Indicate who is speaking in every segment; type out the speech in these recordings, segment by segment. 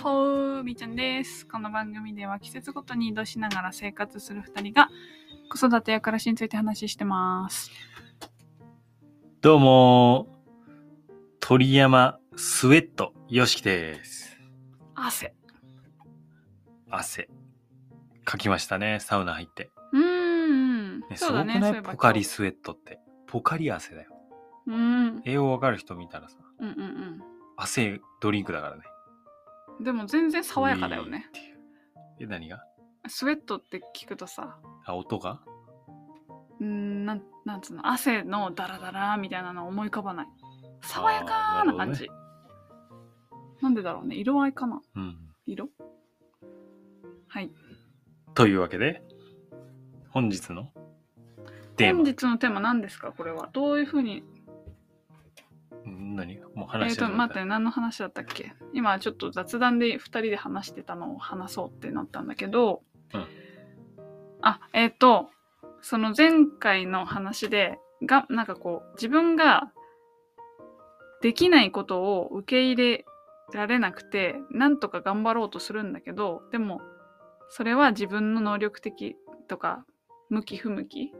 Speaker 1: みーちゃんです。この番組では季節ごとに移動しながら生活する2人が子育てや暮らしについて話してます。
Speaker 2: どうもー、鳥山スウェットよしきです。
Speaker 1: 汗。
Speaker 2: 汗、かきましたね、サウナ入って。
Speaker 1: うーん。
Speaker 2: ね、
Speaker 1: そうだね。
Speaker 2: すごく
Speaker 1: そう
Speaker 2: ないい
Speaker 1: えば
Speaker 2: ポカリスウェットって。ポカリ汗だよ。
Speaker 1: 今日うん。
Speaker 2: 栄養わかる人見たらさ、
Speaker 1: うんうん
Speaker 2: 汗ドリンクだから
Speaker 1: う
Speaker 2: ね。
Speaker 1: ん。でも全然爽やかだよね。
Speaker 2: ウィーっていう。え、何が
Speaker 1: スウェットって聞くとさ、
Speaker 2: あ、音が
Speaker 1: うーん、なんなんつうの、汗のダラダラみたいなの思い浮かばない。爽やかな感じ。
Speaker 2: あーなる
Speaker 1: なんでだろうね。色合いかな
Speaker 2: うん。
Speaker 1: 色はい。
Speaker 2: というわけで、本日のテーマ
Speaker 1: 本。日のテーマ何ですかこれは。どういうふうに
Speaker 2: うん何もう
Speaker 1: え
Speaker 2: 話
Speaker 1: っ、
Speaker 2: し
Speaker 1: と、待
Speaker 2: 始め
Speaker 1: ったて、何の話だったっけ今ちょっと雑談で2人で話してたのを話そうってなったんだけど、
Speaker 2: うん
Speaker 1: あ、えっ、と、その前回の話で、が、なんかこう、自分ができないことを受け入れられなくて、なんとか頑張ろうとするんだけど、でも、それは自分の能力的とか、向き不向き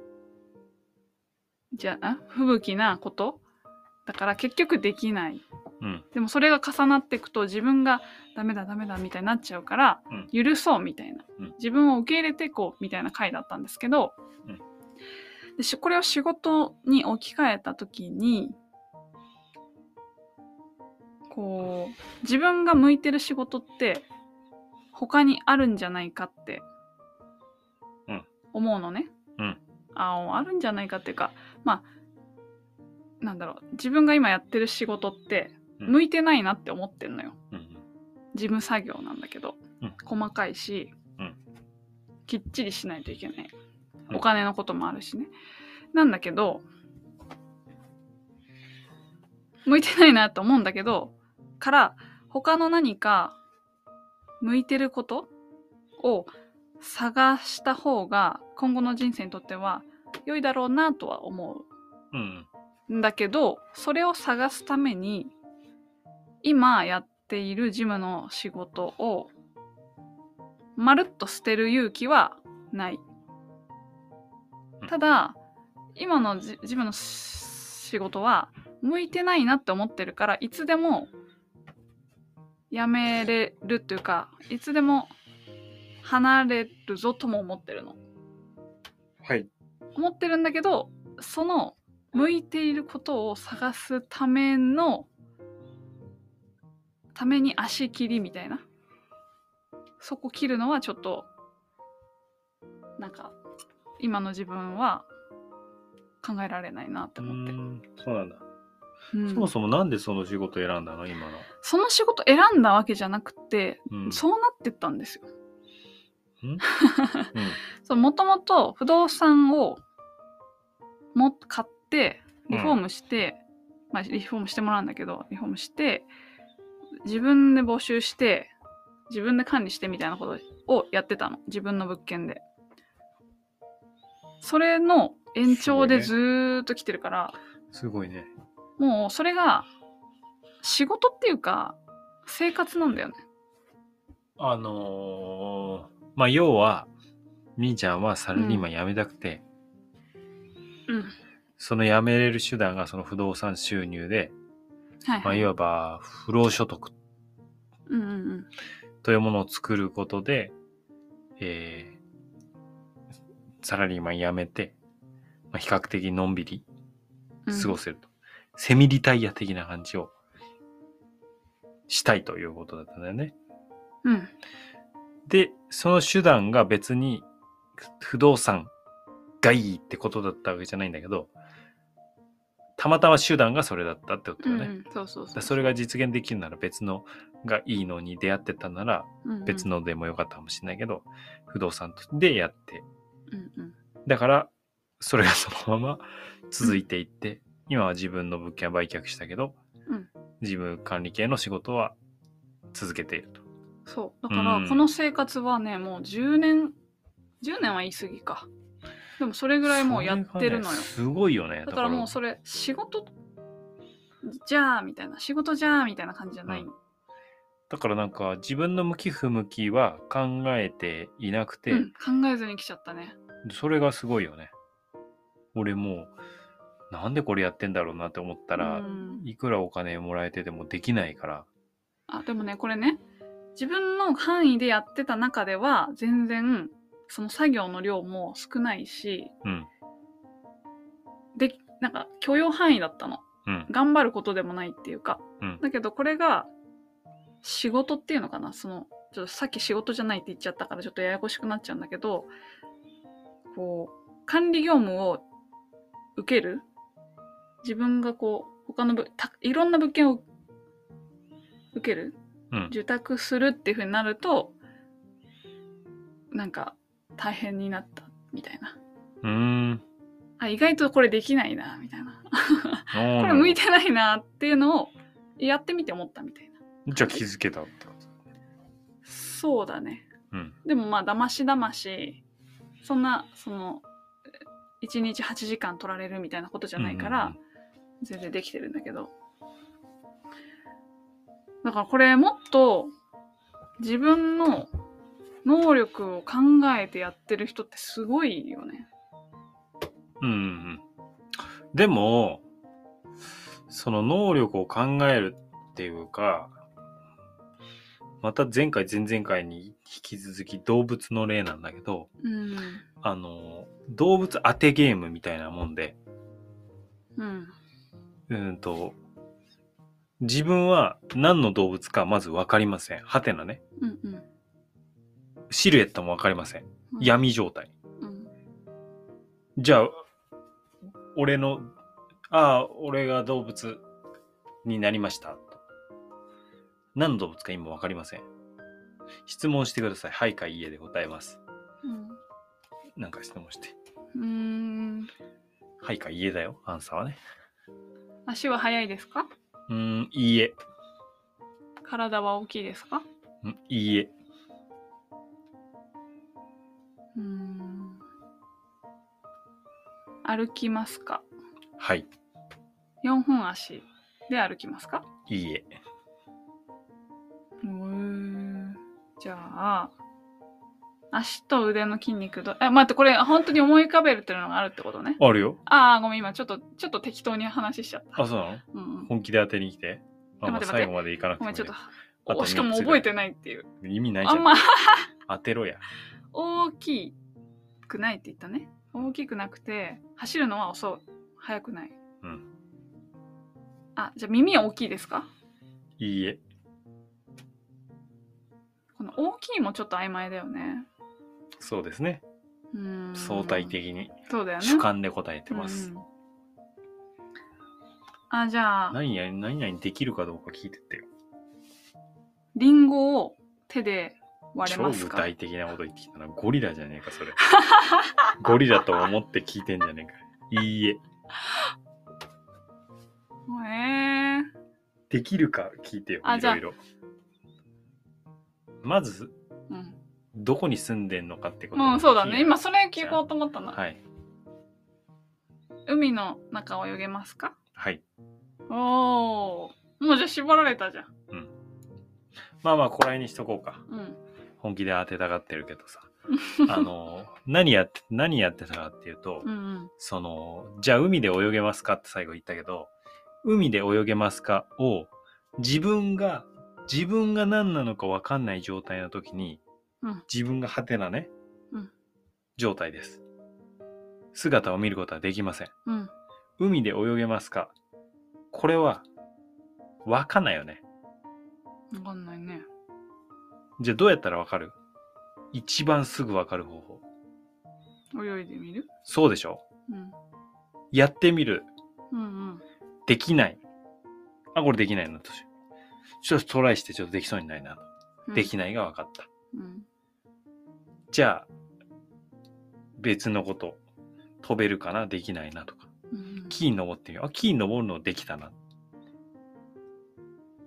Speaker 1: じゃあ、不向きなことだから結局できない。
Speaker 2: うん。
Speaker 1: でもそれが重なっていくと自分がダメだダメだみたいになっちゃうから、許そうみたいな、
Speaker 2: うん
Speaker 1: 自分を受け入れていこうみたいな回だったんですけど、
Speaker 2: うん
Speaker 1: でしこれを仕事に置き換えた時にこう自分が向いてる仕事って他にあるんじゃないかって
Speaker 2: うん
Speaker 1: 思うのね。
Speaker 2: うん
Speaker 1: ああるんじゃないかっていうかまあなんだろう自分が今やってる仕事って
Speaker 2: うん
Speaker 1: 向いてないなって思ってんのよ。
Speaker 2: うん。
Speaker 1: 事務作業なんだけど、
Speaker 2: うん
Speaker 1: 細かいし、
Speaker 2: うん
Speaker 1: きっちりしないといけない
Speaker 2: うん
Speaker 1: お金のこともあるしね、なんだけど向いてないなと思うんだけどから他の何か向いてることを探した方が今後の人生にとっては良いだろうなとは思う
Speaker 2: うんうん。
Speaker 1: だけどそれを探すために今やっているジムの仕事をまるっと捨てる勇気はない
Speaker 2: うん
Speaker 1: ただ今のジジムの仕事は向いてないなって思ってるからいつでもやめれるというかいつでも離れるぞとも思ってるの
Speaker 2: はい。
Speaker 1: 思ってるんだけどその向いていることを探すためのために足切りみたいなそこ切るのはちょっとなんか今の自分は考えられないなって
Speaker 2: う
Speaker 1: 思って、
Speaker 2: ん、そうなんだ。
Speaker 1: うん
Speaker 2: そもそもなんでその仕事選んだの今の。
Speaker 1: その仕事選んだわけじゃなくて、
Speaker 2: うん
Speaker 1: そうなってったんですよ
Speaker 2: うん。
Speaker 1: そうもともと不動産をも買ってリフォームして、まあ、リフォームしてもらうんだけどリフォームして自分で募集して自分で管理してみたいなことをやってたの自分の物件でそれの延長でずーっと来てるから
Speaker 2: すごいね。
Speaker 1: もうそれが仕事っていうか生活なんだよね
Speaker 2: あのー、まあ要は、みーちゃんはサラリーマン辞めたくて、
Speaker 1: うん
Speaker 2: その辞めれる手段がその不動産収入で、
Speaker 1: はい
Speaker 2: まあ
Speaker 1: はい
Speaker 2: いわば不労所得
Speaker 1: うんうんうん
Speaker 2: というものを作ることで、えー、サラリーマン辞めて、まあ、比較的のんびり
Speaker 1: うん
Speaker 2: 過ごせると。セミリタイヤ的な感じをしたいということだったんだよね。
Speaker 1: うん
Speaker 2: で、その手段が別に不動産がいいってことだったわけじゃないんだけど、たまたま手段がそれだったってこと
Speaker 1: う
Speaker 2: だよ
Speaker 1: ん
Speaker 2: ね。
Speaker 1: うんそうそう
Speaker 2: だ
Speaker 1: そ
Speaker 2: か
Speaker 1: う
Speaker 2: らそれが実現できるなら別のがいいのに出会ってたなら別
Speaker 1: の
Speaker 2: のでもよかったかもしれないけど、不動産でやって。
Speaker 1: うんうん
Speaker 2: だから、それがそのまま続いていって、今は自分の物件は売却したけど、
Speaker 1: うん
Speaker 2: 自分管理系の仕事は続けていると。
Speaker 1: そうだから、
Speaker 2: うん
Speaker 1: この生活はねもう10年10年は言い過ぎかでもそれぐらいもうやってるの
Speaker 2: それが
Speaker 1: よ、
Speaker 2: ねすごいよね。
Speaker 1: だからもうそれ仕事じゃあみたいな仕事じゃあみたいな感じじゃない、
Speaker 2: うんだからなんか自分の向き不向きは考えていなくて、
Speaker 1: うん、考えずに来ちゃったね。
Speaker 2: それがすごいよね。俺もうなんでこれやってんだろうなって思ったら、
Speaker 1: うん
Speaker 2: いくらお金もらえてでもできないから。
Speaker 1: あでもねこれね自分の範囲でやってた中では全然その作業の量も少ないし
Speaker 2: うん。
Speaker 1: でなんか許容範囲だったの
Speaker 2: うん。
Speaker 1: 頑張ることでもないっていうか、
Speaker 2: うん
Speaker 1: だけどこれが仕事っていうのかなそのちょっとさっき仕事じゃないって言っちゃったからちょっとややこしくなっちゃうんだけどこう管理業務を受ける自分がこう他のぶたいろんな物件を受ける
Speaker 2: うん。
Speaker 1: 受託するっていうふうになるとなんか大変になったみたいな
Speaker 2: うーん。
Speaker 1: あ意外とこれできないなみたいな
Speaker 2: こ
Speaker 1: これ向いてないなっていうのをやってみて思ったみたいな
Speaker 2: じゃあ気づけたってこと。
Speaker 1: そうだね
Speaker 2: うん。
Speaker 1: でもまあだましだましそんなその1日8時間取られるみたいなことじゃないから、
Speaker 2: うんうん
Speaker 1: 全然できてるんだけどだからこれもっと自分の能力を考えてやってる人ってすごいよね。
Speaker 2: うんうんうん。でも、その能力を考えるっていうか、また前回前々回に引き続き動物の例なんだけど、
Speaker 1: うん。
Speaker 2: あの、動物当てゲームみたいなもんで、
Speaker 1: うん。
Speaker 2: うーんと、自分は何の動物かまずわかりません。ハテナね。
Speaker 1: うんうん。
Speaker 2: シルエットもわかりません。
Speaker 1: うん。
Speaker 2: 闇状態。
Speaker 1: うん。
Speaker 2: じゃあ、俺の、ああ、俺が動物になりました。何の動物か今わかりません。質問してください。はいかいいえで答えます。なんか質問して。
Speaker 1: うん。うーん。
Speaker 2: はいかいいえだよ。アンサーはね。
Speaker 1: 足は速いですか
Speaker 2: うーん、いいえ。
Speaker 1: 体は大きいですか
Speaker 2: うん、いいえ。
Speaker 1: うーん。歩きますか
Speaker 2: はい。
Speaker 1: 四本足で歩きますか
Speaker 2: いいえ。
Speaker 1: うーんじゃあ足と腕の筋肉どえ待ってこれ本当に思い浮かべるっていうのがあるってことね
Speaker 2: あるよ。
Speaker 1: ああごめん今ちょっとちょっと適当に話しちゃった
Speaker 2: あ、そうなの
Speaker 1: うんうん
Speaker 2: 本気で当てに来て。あ、まあ、
Speaker 1: 待って待って
Speaker 2: 最後までいかなく
Speaker 1: ご
Speaker 2: て
Speaker 1: めん
Speaker 2: もいい
Speaker 1: ちょっと
Speaker 2: あと
Speaker 1: おしかも
Speaker 2: 三つ
Speaker 1: 覚えてないっていう
Speaker 2: 意味ないじ
Speaker 1: あ
Speaker 2: ゃ
Speaker 1: ん
Speaker 2: ん。
Speaker 1: ま
Speaker 2: 当てろや。
Speaker 1: 大きくないって言ったね大きくなくて走るのは遅い速くない
Speaker 2: うん。
Speaker 1: あじゃあ耳は大きいですか
Speaker 2: いいえ。
Speaker 1: この大きいもちょっと曖昧だよね
Speaker 2: そうですね。
Speaker 1: うーん
Speaker 2: 相対的に
Speaker 1: そうだよね
Speaker 2: 主観で答えてます。
Speaker 1: うんうんあじゃあ
Speaker 2: 何々、何々できるかどうか聞いてってよ。
Speaker 1: リンゴを手で割れ
Speaker 2: 超
Speaker 1: ます
Speaker 2: 具
Speaker 1: か
Speaker 2: 体的なこと言ってきたな。ゴリラじゃねえか、 それ。ゴリラと思って聞いてんじゃねえか。いいえ。
Speaker 1: えー、
Speaker 2: できるか聞いてよ、
Speaker 1: あ
Speaker 2: い
Speaker 1: じゃあ
Speaker 2: ろいろ。まず、
Speaker 1: うん、
Speaker 2: どこに住んでんのかってこと
Speaker 1: うん、そうだね。今それ聞
Speaker 2: じ
Speaker 1: こ
Speaker 2: ゃ
Speaker 1: うと思ったの。
Speaker 2: あはい。
Speaker 1: 海の中を泳げますか
Speaker 2: はい。
Speaker 1: おー。もうじゃあ絞られたじゃん。
Speaker 2: まあまあ、ここら辺にしとこうか。
Speaker 1: うん。
Speaker 2: 本気で当てたがってるけ どさ。あの、何やって、何やってたかっていうと、
Speaker 1: うんうん。
Speaker 2: その、じゃあ海で泳げますかって最後言ったけど、海で泳げますかを自分が、自分が何なのかわかんない状態の時に、
Speaker 1: うん
Speaker 2: 自分がハテナね、
Speaker 1: うん
Speaker 2: 状態です。姿を見ることはできません。
Speaker 1: うん。
Speaker 2: 海で泳げますかこれは、わかんないよね。
Speaker 1: わかんないね。
Speaker 2: じゃあどうやったらわかる一番すぐわかる方法。
Speaker 1: 泳いでみる
Speaker 2: そうでしょ
Speaker 1: うん。
Speaker 2: やってみる。
Speaker 1: うんうん。
Speaker 2: できない。あ、これできないな、と。ちょっとトライしてちょっとできそうにないな。
Speaker 1: うん
Speaker 2: できないが分かった。
Speaker 1: うん。
Speaker 2: じゃあ、別のこと。飛べるかなできないなとか。
Speaker 1: うん
Speaker 2: 木に登ってみよう。あ、木に登るのできたな。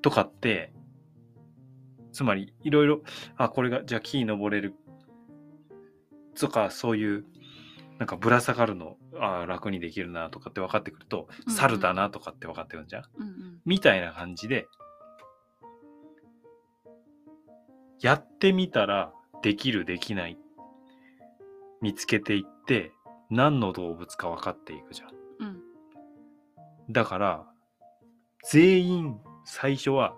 Speaker 2: とかって、つまり、いろいろ、あ、これが、じゃあ木に登れる。とか、そういう、なんかぶら下がるの、あ楽にできるなとかって分かってくると、
Speaker 1: うん
Speaker 2: 猿だなとかって分かってくるんじゃん
Speaker 1: うんうん。
Speaker 2: みたいな感じで、やってみたら、できる、できない。見つけていって、何の動物か分かっていくじゃん。
Speaker 1: うん。
Speaker 2: だから、全員、最初は、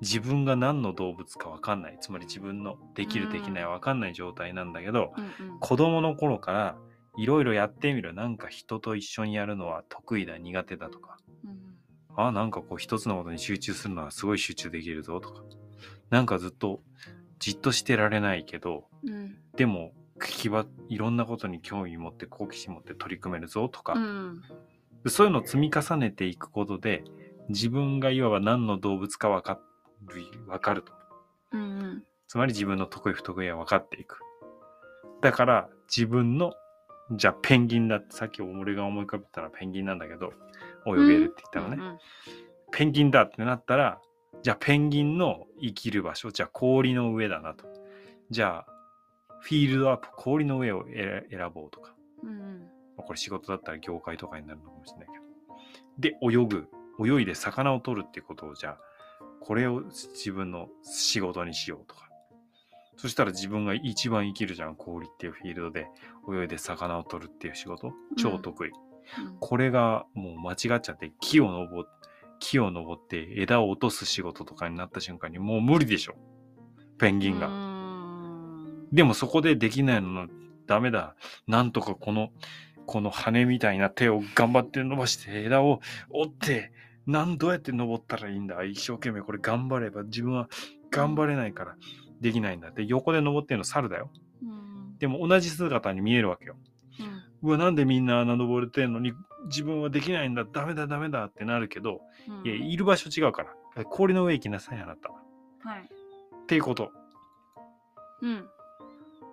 Speaker 2: 自分が何の動物か分かんない。つまり自分のでき
Speaker 1: う
Speaker 2: る、
Speaker 1: ん
Speaker 2: できない、分かんない状態なんだけど、
Speaker 1: うんうん。
Speaker 2: 子供の頃からいろいろやってみるなんか人と一緒にやるのは得意だ苦手だとか
Speaker 1: うん
Speaker 2: あなんかこう一つのことに集中するのはすごい集中できるぞとかなんかずっとじっとしてられないけど
Speaker 1: うん。
Speaker 2: でも聞きはいろんなことに興味持って好奇心持って取り組めるぞとか、
Speaker 1: うん。
Speaker 2: そういうのを積み重ねていくことで自分がいわば何の動物か分かる分かると
Speaker 1: うんうん。
Speaker 2: つまり自分の得意不得意は分かっていく。だから自分の、じゃあペンギンだって、さっき俺が思い浮かべたらペンギンなんだけど、泳げるって言ったのね。
Speaker 1: うん
Speaker 2: ペンギンだってなったら、じゃあペンギンの生きる場所、じゃあ氷の上だなと。じゃあ、フィールドアップ、氷の上を選選ぼうとか。
Speaker 1: うん。
Speaker 2: まあこれ仕事だったら業界とかになるのかもしれないけど。で、泳ぐ。泳いで魚を取るってことを、じゃあ、これを自分の仕事にしようとか。そしたら自分が一番生きるじゃん。氷っていうフィールドで泳いで魚を取るっていう仕事。超得意。
Speaker 1: うん
Speaker 2: これがもう間違っちゃって、木を登って、木を登って枝を落とす仕事とかになった瞬間にもう無理でしょ。ペンギンが。
Speaker 1: うん
Speaker 2: でもそこでできないのダメだ。なんとかこの、この羽みたいな手を頑張って伸ばして枝を折って、なんどうやって登ったらいいんだ一生懸命これ頑張れば自分は頑張れないからできないんだって横で登ってるの猿だよ。
Speaker 1: うん
Speaker 2: でも同じ姿に見えるわけよ。
Speaker 1: うん
Speaker 2: うわ、なんでみんなあんな登れてんのに自分はできないんだ。ダメだダメだってなるけど、
Speaker 1: うん
Speaker 2: いや、いる場所違うから。氷の上行きなさいあなた。っ
Speaker 1: はい。
Speaker 2: ていうこと。
Speaker 1: うん。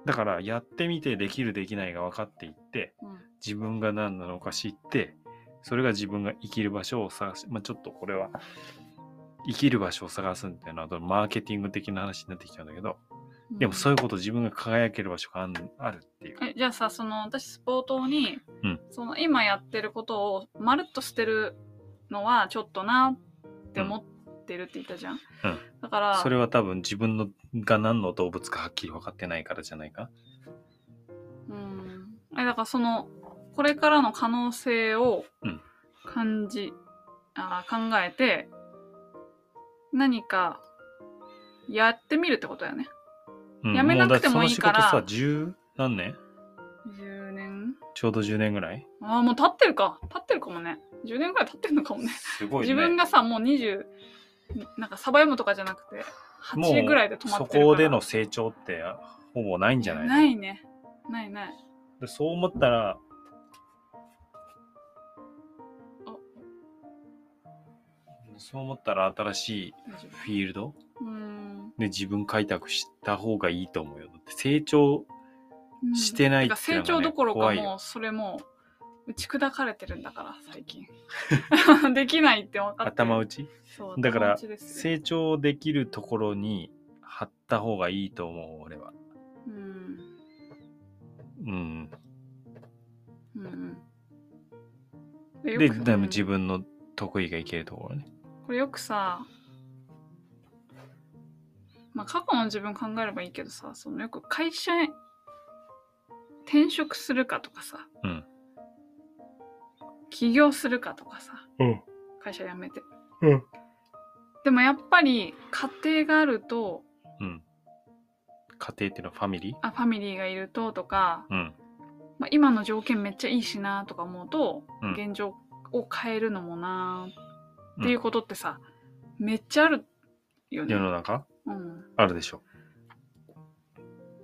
Speaker 2: だからやってみてできるできないが分かっていって、
Speaker 1: うん
Speaker 2: 自分が何なのか知ってそれが自分が生きる場所を探し、まあ、ちょっとこれは生きる場所を探すみたいなあとマーケティング的な話になってきちゃうんだけどでもそういうこと自分が輝ける場所があんあるっていう
Speaker 1: えじゃあさその私スポートに、
Speaker 2: うん
Speaker 1: その今やってることをまるっと捨てるのはちょっとなって思ってるって言ったじゃん、だから
Speaker 2: それは多分自分のが何の動物かはっきり分かってないからじゃないか
Speaker 1: うんえだからそのこれからの可能性を
Speaker 2: うん
Speaker 1: 感じ、あー考えて何かやってみるってことだよね
Speaker 2: うん
Speaker 1: やめなくてもいいから
Speaker 2: うだってその仕事さ十何年
Speaker 1: 10年
Speaker 2: ちょうど10年ぐらい
Speaker 1: ああもう経ってるか経ってるかもね10年くらい経ってるのかもね
Speaker 2: すごいね
Speaker 1: 自分がさもう20なんかサバ読むとかじゃなくて8ぐらいで止まってるから
Speaker 2: もうそこでの成長ってほぼないんじゃない
Speaker 1: ないねないない
Speaker 2: でそう思ったらそう思ったら新しい
Speaker 1: 大丈夫
Speaker 2: フィールド
Speaker 1: うーん
Speaker 2: で自分開拓した方がいいと思うよだって成長
Speaker 1: うん
Speaker 2: してないって
Speaker 1: か
Speaker 2: いうのが
Speaker 1: 成
Speaker 2: ね
Speaker 1: 長どころか
Speaker 2: 怖い
Speaker 1: も
Speaker 2: よ
Speaker 1: うそれもう打ち砕かれてるんだから最近 できないって分かって
Speaker 2: 頭
Speaker 1: 打
Speaker 2: 打ち
Speaker 1: そう
Speaker 2: だから
Speaker 1: 頭打ちですよ
Speaker 2: 成長できるところに貼った方がいいと思う俺は
Speaker 1: うん
Speaker 2: うん
Speaker 1: うんで
Speaker 2: で
Speaker 1: よく
Speaker 2: でも
Speaker 1: うん
Speaker 2: 自分の得意がいけるところね
Speaker 1: これよくさ、まあ、過去の自分考えればいいけどさそのよく会社へ転職するかとかさ、
Speaker 2: うん
Speaker 1: 起業するかとかさ
Speaker 2: うん
Speaker 1: 会社辞めて
Speaker 2: うん
Speaker 1: でもやっぱり家庭があると
Speaker 2: うん家庭っていうのはファミリー
Speaker 1: あファミリーがいるととか、
Speaker 2: うん
Speaker 1: まあ、今の条件めっちゃいいしなとか思うと、
Speaker 2: うん
Speaker 1: 現状を変えるのもなーっていうことってさ、めっちゃあるよね
Speaker 2: 世。の中
Speaker 1: うん
Speaker 2: あるでしょ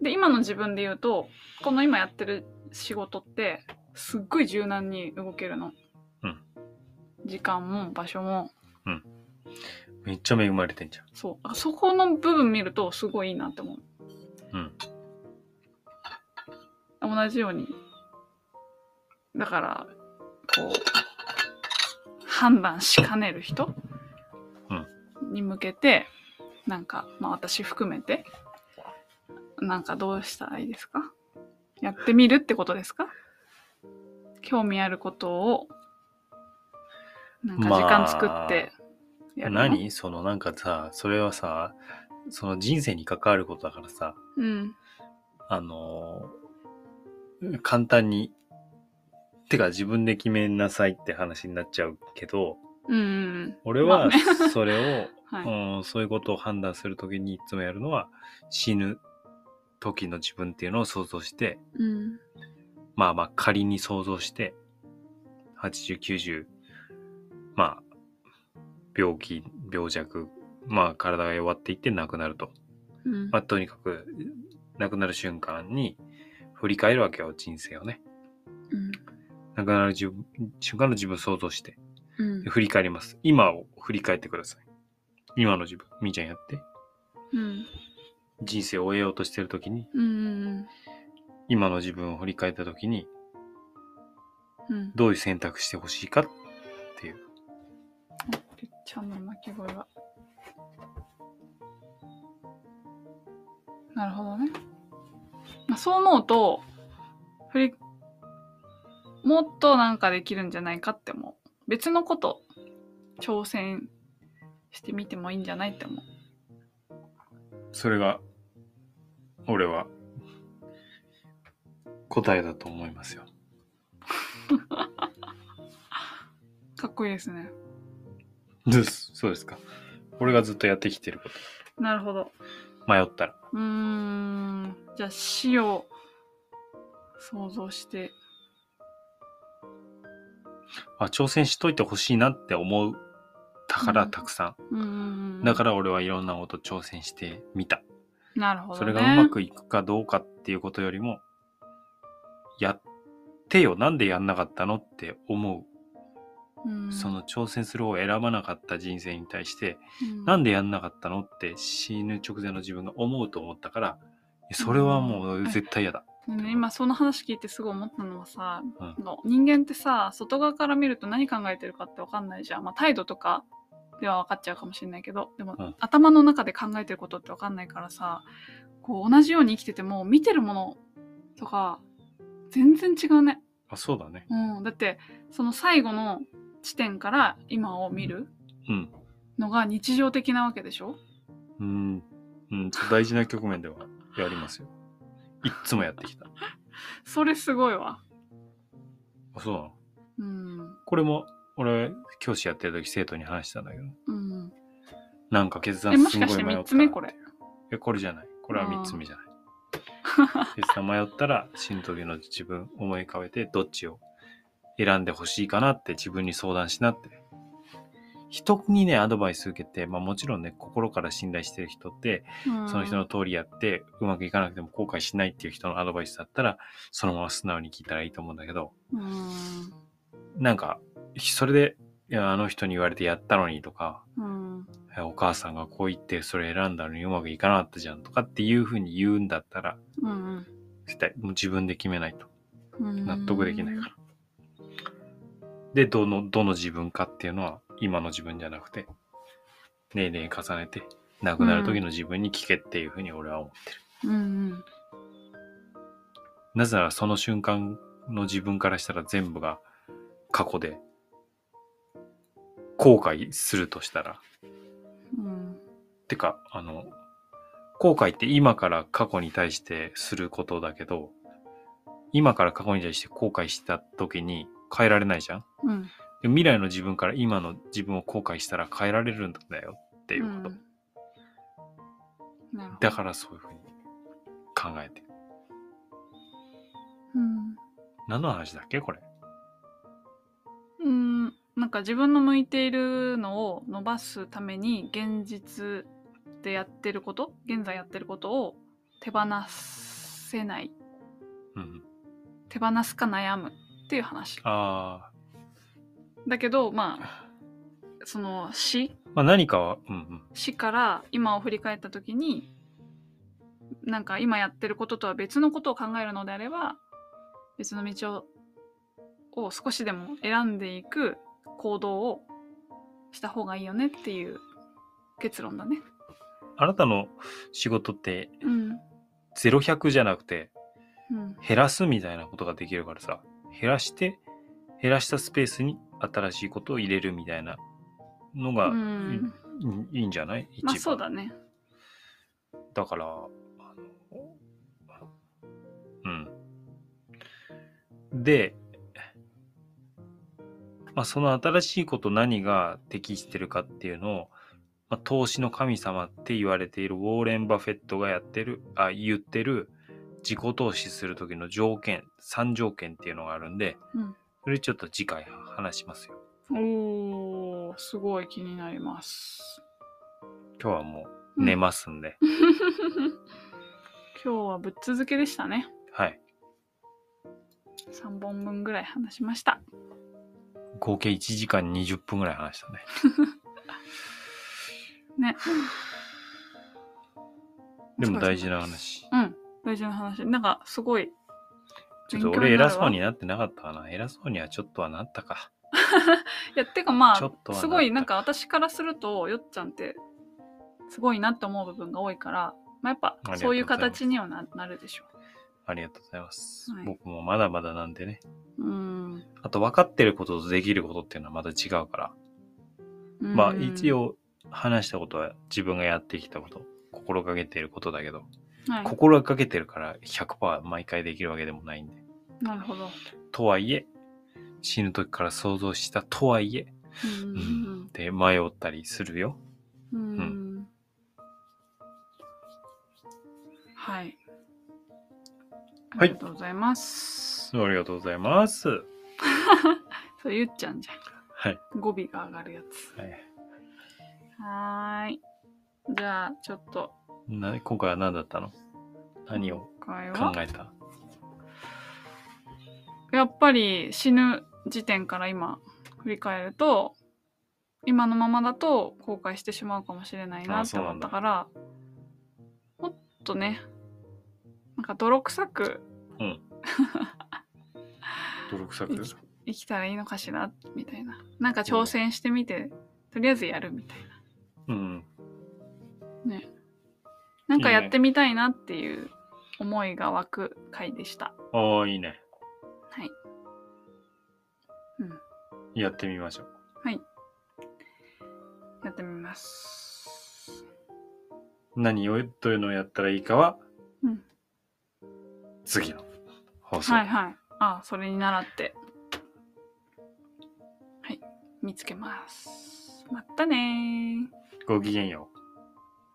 Speaker 1: で今の自分で言うとこの今やってる仕事ってすっごい柔軟に動けるの、
Speaker 2: うん
Speaker 1: 時間も場所も
Speaker 2: めっちゃ恵まれてんじゃん
Speaker 1: そうあそこの部分見るとすごいいいなって思う、
Speaker 2: うん
Speaker 1: 同じようにだからこう判断しかねる人、に向けてなんか、まあ、私含めてなんかどうしたらいいですかやってみるってことですか興味あることをなんか時間作ってやるの、
Speaker 2: 何そのなんかさそれはさその人生に関わることだからさ、
Speaker 1: うん。
Speaker 2: あのー簡単に、てか自分で決めなさいって話になっちゃうけど、
Speaker 1: うんうん
Speaker 2: 俺
Speaker 1: まあ
Speaker 2: は
Speaker 1: ね
Speaker 2: それを、
Speaker 1: うん。はい。
Speaker 2: うん、そういうことを判断するときにいつもやるのは、死ぬ時の自分っていうのを想像して、
Speaker 1: うん。
Speaker 2: まあまあ仮に想像して、80、90、まあ、病気、病弱、まあ体が弱っていって亡くなると。
Speaker 1: うん。
Speaker 2: まあとにかく、亡くなる瞬間に振り返るわけよ、人生をね。
Speaker 1: うん
Speaker 2: 亡くなる自分瞬間の自分を想像して、
Speaker 1: うん
Speaker 2: で振り返ります。今を振り返ってください。今の自分、みーちゃんやって。
Speaker 1: うん。
Speaker 2: 人生を終えようとしてるときに、
Speaker 1: うんうん
Speaker 2: 今の自分を振り返ったときに、
Speaker 1: うん。うん。
Speaker 2: どういう選択してほしいかっていう。
Speaker 1: りっちゃんの鳴き声が。なるほどね。まあ、そう思うと、振り、もっとなんかできるんじゃないかって思う。別のこと、挑戦してみてもいいんじゃないって思う。
Speaker 2: それが、俺は、答えだと思いますよ。
Speaker 1: かっこいいですね。
Speaker 2: です。そうですか。俺がずっとやってきてるこ
Speaker 1: なるほど。
Speaker 2: と。迷ったら。
Speaker 1: うーん。じゃあ死を想像して。
Speaker 2: あ、挑戦しといてほしいなって思う。だから
Speaker 1: うん
Speaker 2: たくさ
Speaker 1: うーん。
Speaker 2: ん。だから俺はいろんなこと挑戦してみた。
Speaker 1: なるほど、ね。
Speaker 2: それがうまくいくかどうかっていうことよりも、やってよ、なんでやんなかったのって思
Speaker 1: うん、
Speaker 2: う。その挑戦する方を選ばなかった人生に対して、
Speaker 1: うん、
Speaker 2: なんでやんなかったのって死ぬ直前の自分が思うと思ったから、それはもう絶対嫌だ。
Speaker 1: でね今その話聞いてすごい思ったのはさ、
Speaker 2: うん
Speaker 1: あの人間ってさ外側から見ると何考えてるかって分かんないじゃん、まあ、態度とかでは分かっちゃうかもしれないけどでも、
Speaker 2: うん
Speaker 1: 頭の中で考えてることって分かんないからさこう同じように生きてても見てるものとか全然違うね、
Speaker 2: あ、そうだね。
Speaker 1: うん、だってその最後の地点から今を見る
Speaker 2: うん。
Speaker 1: のが日常的なわけでしょ
Speaker 2: うん。うん、大事な局面ではやりますよ。いっつもやってきた。
Speaker 1: それすごいわ
Speaker 2: あ、そうなの
Speaker 1: うん
Speaker 2: これも、俺、教師やってる時生徒に話したんだけど、
Speaker 1: うん
Speaker 2: なんか決断
Speaker 1: えも
Speaker 2: す
Speaker 1: し
Speaker 2: んご
Speaker 1: か
Speaker 2: い迷
Speaker 1: し
Speaker 2: っ
Speaker 1: 3
Speaker 2: てた。
Speaker 1: つ目これ
Speaker 2: え、これじゃない。これは
Speaker 1: うん
Speaker 2: 3つ目じゃない。決断迷ったら、死ぬ時の自分思い浮かべて、どっちを選んでほしいかなって自分に相談しなって。人にね、アドバイス受けて、まあもちろんね、心から信頼してる人って、その人の通りやって、うまくいかなくても後悔しないっていう人のアドバイスだったら、そのまま素直に聞いたらいいと思うんだけど、
Speaker 1: うんうん
Speaker 2: なんか、それで、いや、あの人に言われてやったのにとか、
Speaker 1: うん
Speaker 2: いやお母さんがこう言ってそれ選んだのにうまくいかなかったじゃんとかっていうふうに言うんだったら、
Speaker 1: うん
Speaker 2: 絶対もう自分で決めないと
Speaker 1: うん、
Speaker 2: 納得できないから。で、どの、どの自分かっていうのは今の自分じゃなくて、年齢重ねて、亡くなる時の自分に聞けっていうふうに俺は思う。
Speaker 1: ら。うん
Speaker 2: なぜならその瞬間の自分からしたら全部が過去で、後悔するとしたら、
Speaker 1: うんうん
Speaker 2: てか、あの、後悔って今から過去に対してすることだけど、今から過去に対して後悔した時に変えられないじゃん
Speaker 1: うん
Speaker 2: で未来の自分から今の自分を後悔したら変えられるんだよっていうこと。
Speaker 1: うんなるほど
Speaker 2: だからそういうふうに考えて。何の話だっけこれ。
Speaker 1: うん、うん、なんか自分の向いているのを伸ばすために現実でやってること現在やってることを手放せない
Speaker 2: うん。
Speaker 1: 手放すか悩むっていう話
Speaker 2: あ
Speaker 1: だけどまあ
Speaker 2: あ。
Speaker 1: その死
Speaker 2: まあ何かは、うんうん。
Speaker 1: 死から今を振り返った時になんか今やってることとは別のことを考えるのであれば別の道をを少しでも選んでいく行動をした方がいいよねっていう結論だね。
Speaker 2: あなたの仕事って
Speaker 1: うん
Speaker 2: 0100じゃなくて、
Speaker 1: うん
Speaker 2: 減らすみたいなことができるからさ減らして減らしたスペースに新しいことを入れるみたいなのがい,、
Speaker 1: うん
Speaker 2: いいんじゃない一番、
Speaker 1: まあそうだね。
Speaker 2: だから、あのうん。で、まあ、その新しいこと何が適してるかっていうのを、まあ、投資の神様って言われているウォーレン・バフェットがやってる、あ、言ってる自己投資する時の条件、3条件っていうのがあるんで、
Speaker 1: うん
Speaker 2: それちょっと次回話しますよ。
Speaker 1: おー、すごい気になります。
Speaker 2: 今日はもう寝ますんで、
Speaker 1: 今日はぶっ続けでしたね。
Speaker 2: はい。
Speaker 1: 3本分ぐらい話しました。
Speaker 2: 合計1時間20分ぐらい話したね。
Speaker 1: ね。
Speaker 2: でも大事な話。
Speaker 1: うん、大事な話。なんか、すごい。
Speaker 2: ちょっと俺偉そうになってなかったかな。偉そうにはちょっとはなったか。
Speaker 1: いや、てかま
Speaker 2: ちょっと
Speaker 1: あ、
Speaker 2: はな
Speaker 1: すごい、なんか私からすると、よっちゃんって、すごいなって思う部分が多いから、まあ、やっぱ
Speaker 2: りがとうござい、ます
Speaker 1: そういう形にはななるでしょ
Speaker 2: ありがとうございます。
Speaker 1: はい
Speaker 2: 僕もまだまだなんでね。
Speaker 1: う。うん。
Speaker 2: あと分かってることとできることっていうのはまた違うから。
Speaker 1: うん
Speaker 2: まあ一。応話したことは自分がやってきたこと、心がけていることだけど、
Speaker 1: はい
Speaker 2: 心がけてるから100%毎回できるわけでもないんで。
Speaker 1: なるほど。
Speaker 2: とはいえ、死ぬ時から想像したとはいえ、
Speaker 1: う
Speaker 2: うんん、。で迷ったりするよ。
Speaker 1: うん
Speaker 2: う
Speaker 1: はい。あ
Speaker 2: はい
Speaker 1: りがとうございます。
Speaker 2: ありがとうございます。は
Speaker 1: そう、ゆっちゃんじ
Speaker 2: い。
Speaker 1: ゃん。語尾が上がるやつ。
Speaker 2: はい、
Speaker 1: はーい。じゃあ、ちょっと、
Speaker 2: な今回は何だったの何を
Speaker 1: 今回
Speaker 2: 考
Speaker 1: は。
Speaker 2: えた
Speaker 1: やっぱり死ぬ時点から今振り返ると今のままだと後悔してしまうかもしれない
Speaker 2: あ
Speaker 1: な
Speaker 2: あ
Speaker 1: って
Speaker 2: そうな
Speaker 1: 思
Speaker 2: ん
Speaker 1: っ
Speaker 2: だ
Speaker 1: たからもっとねなんか泥臭く
Speaker 2: 泥臭
Speaker 1: く生きたらいいのかしらみたいななんか挑戦してみてとりあえずやるみたい
Speaker 2: うん。
Speaker 1: なねなんかやってみたいなっていう思いが湧く回でした
Speaker 2: ああ、いいね。
Speaker 1: はいうん
Speaker 2: やってみましょう。
Speaker 1: やってみます
Speaker 2: 何をどういうのをやったらいいかは、
Speaker 1: うん
Speaker 2: 次の放送。
Speaker 1: はいはい。あ、それに習って。はい。見つけます。またねー。
Speaker 2: ごきげんよう。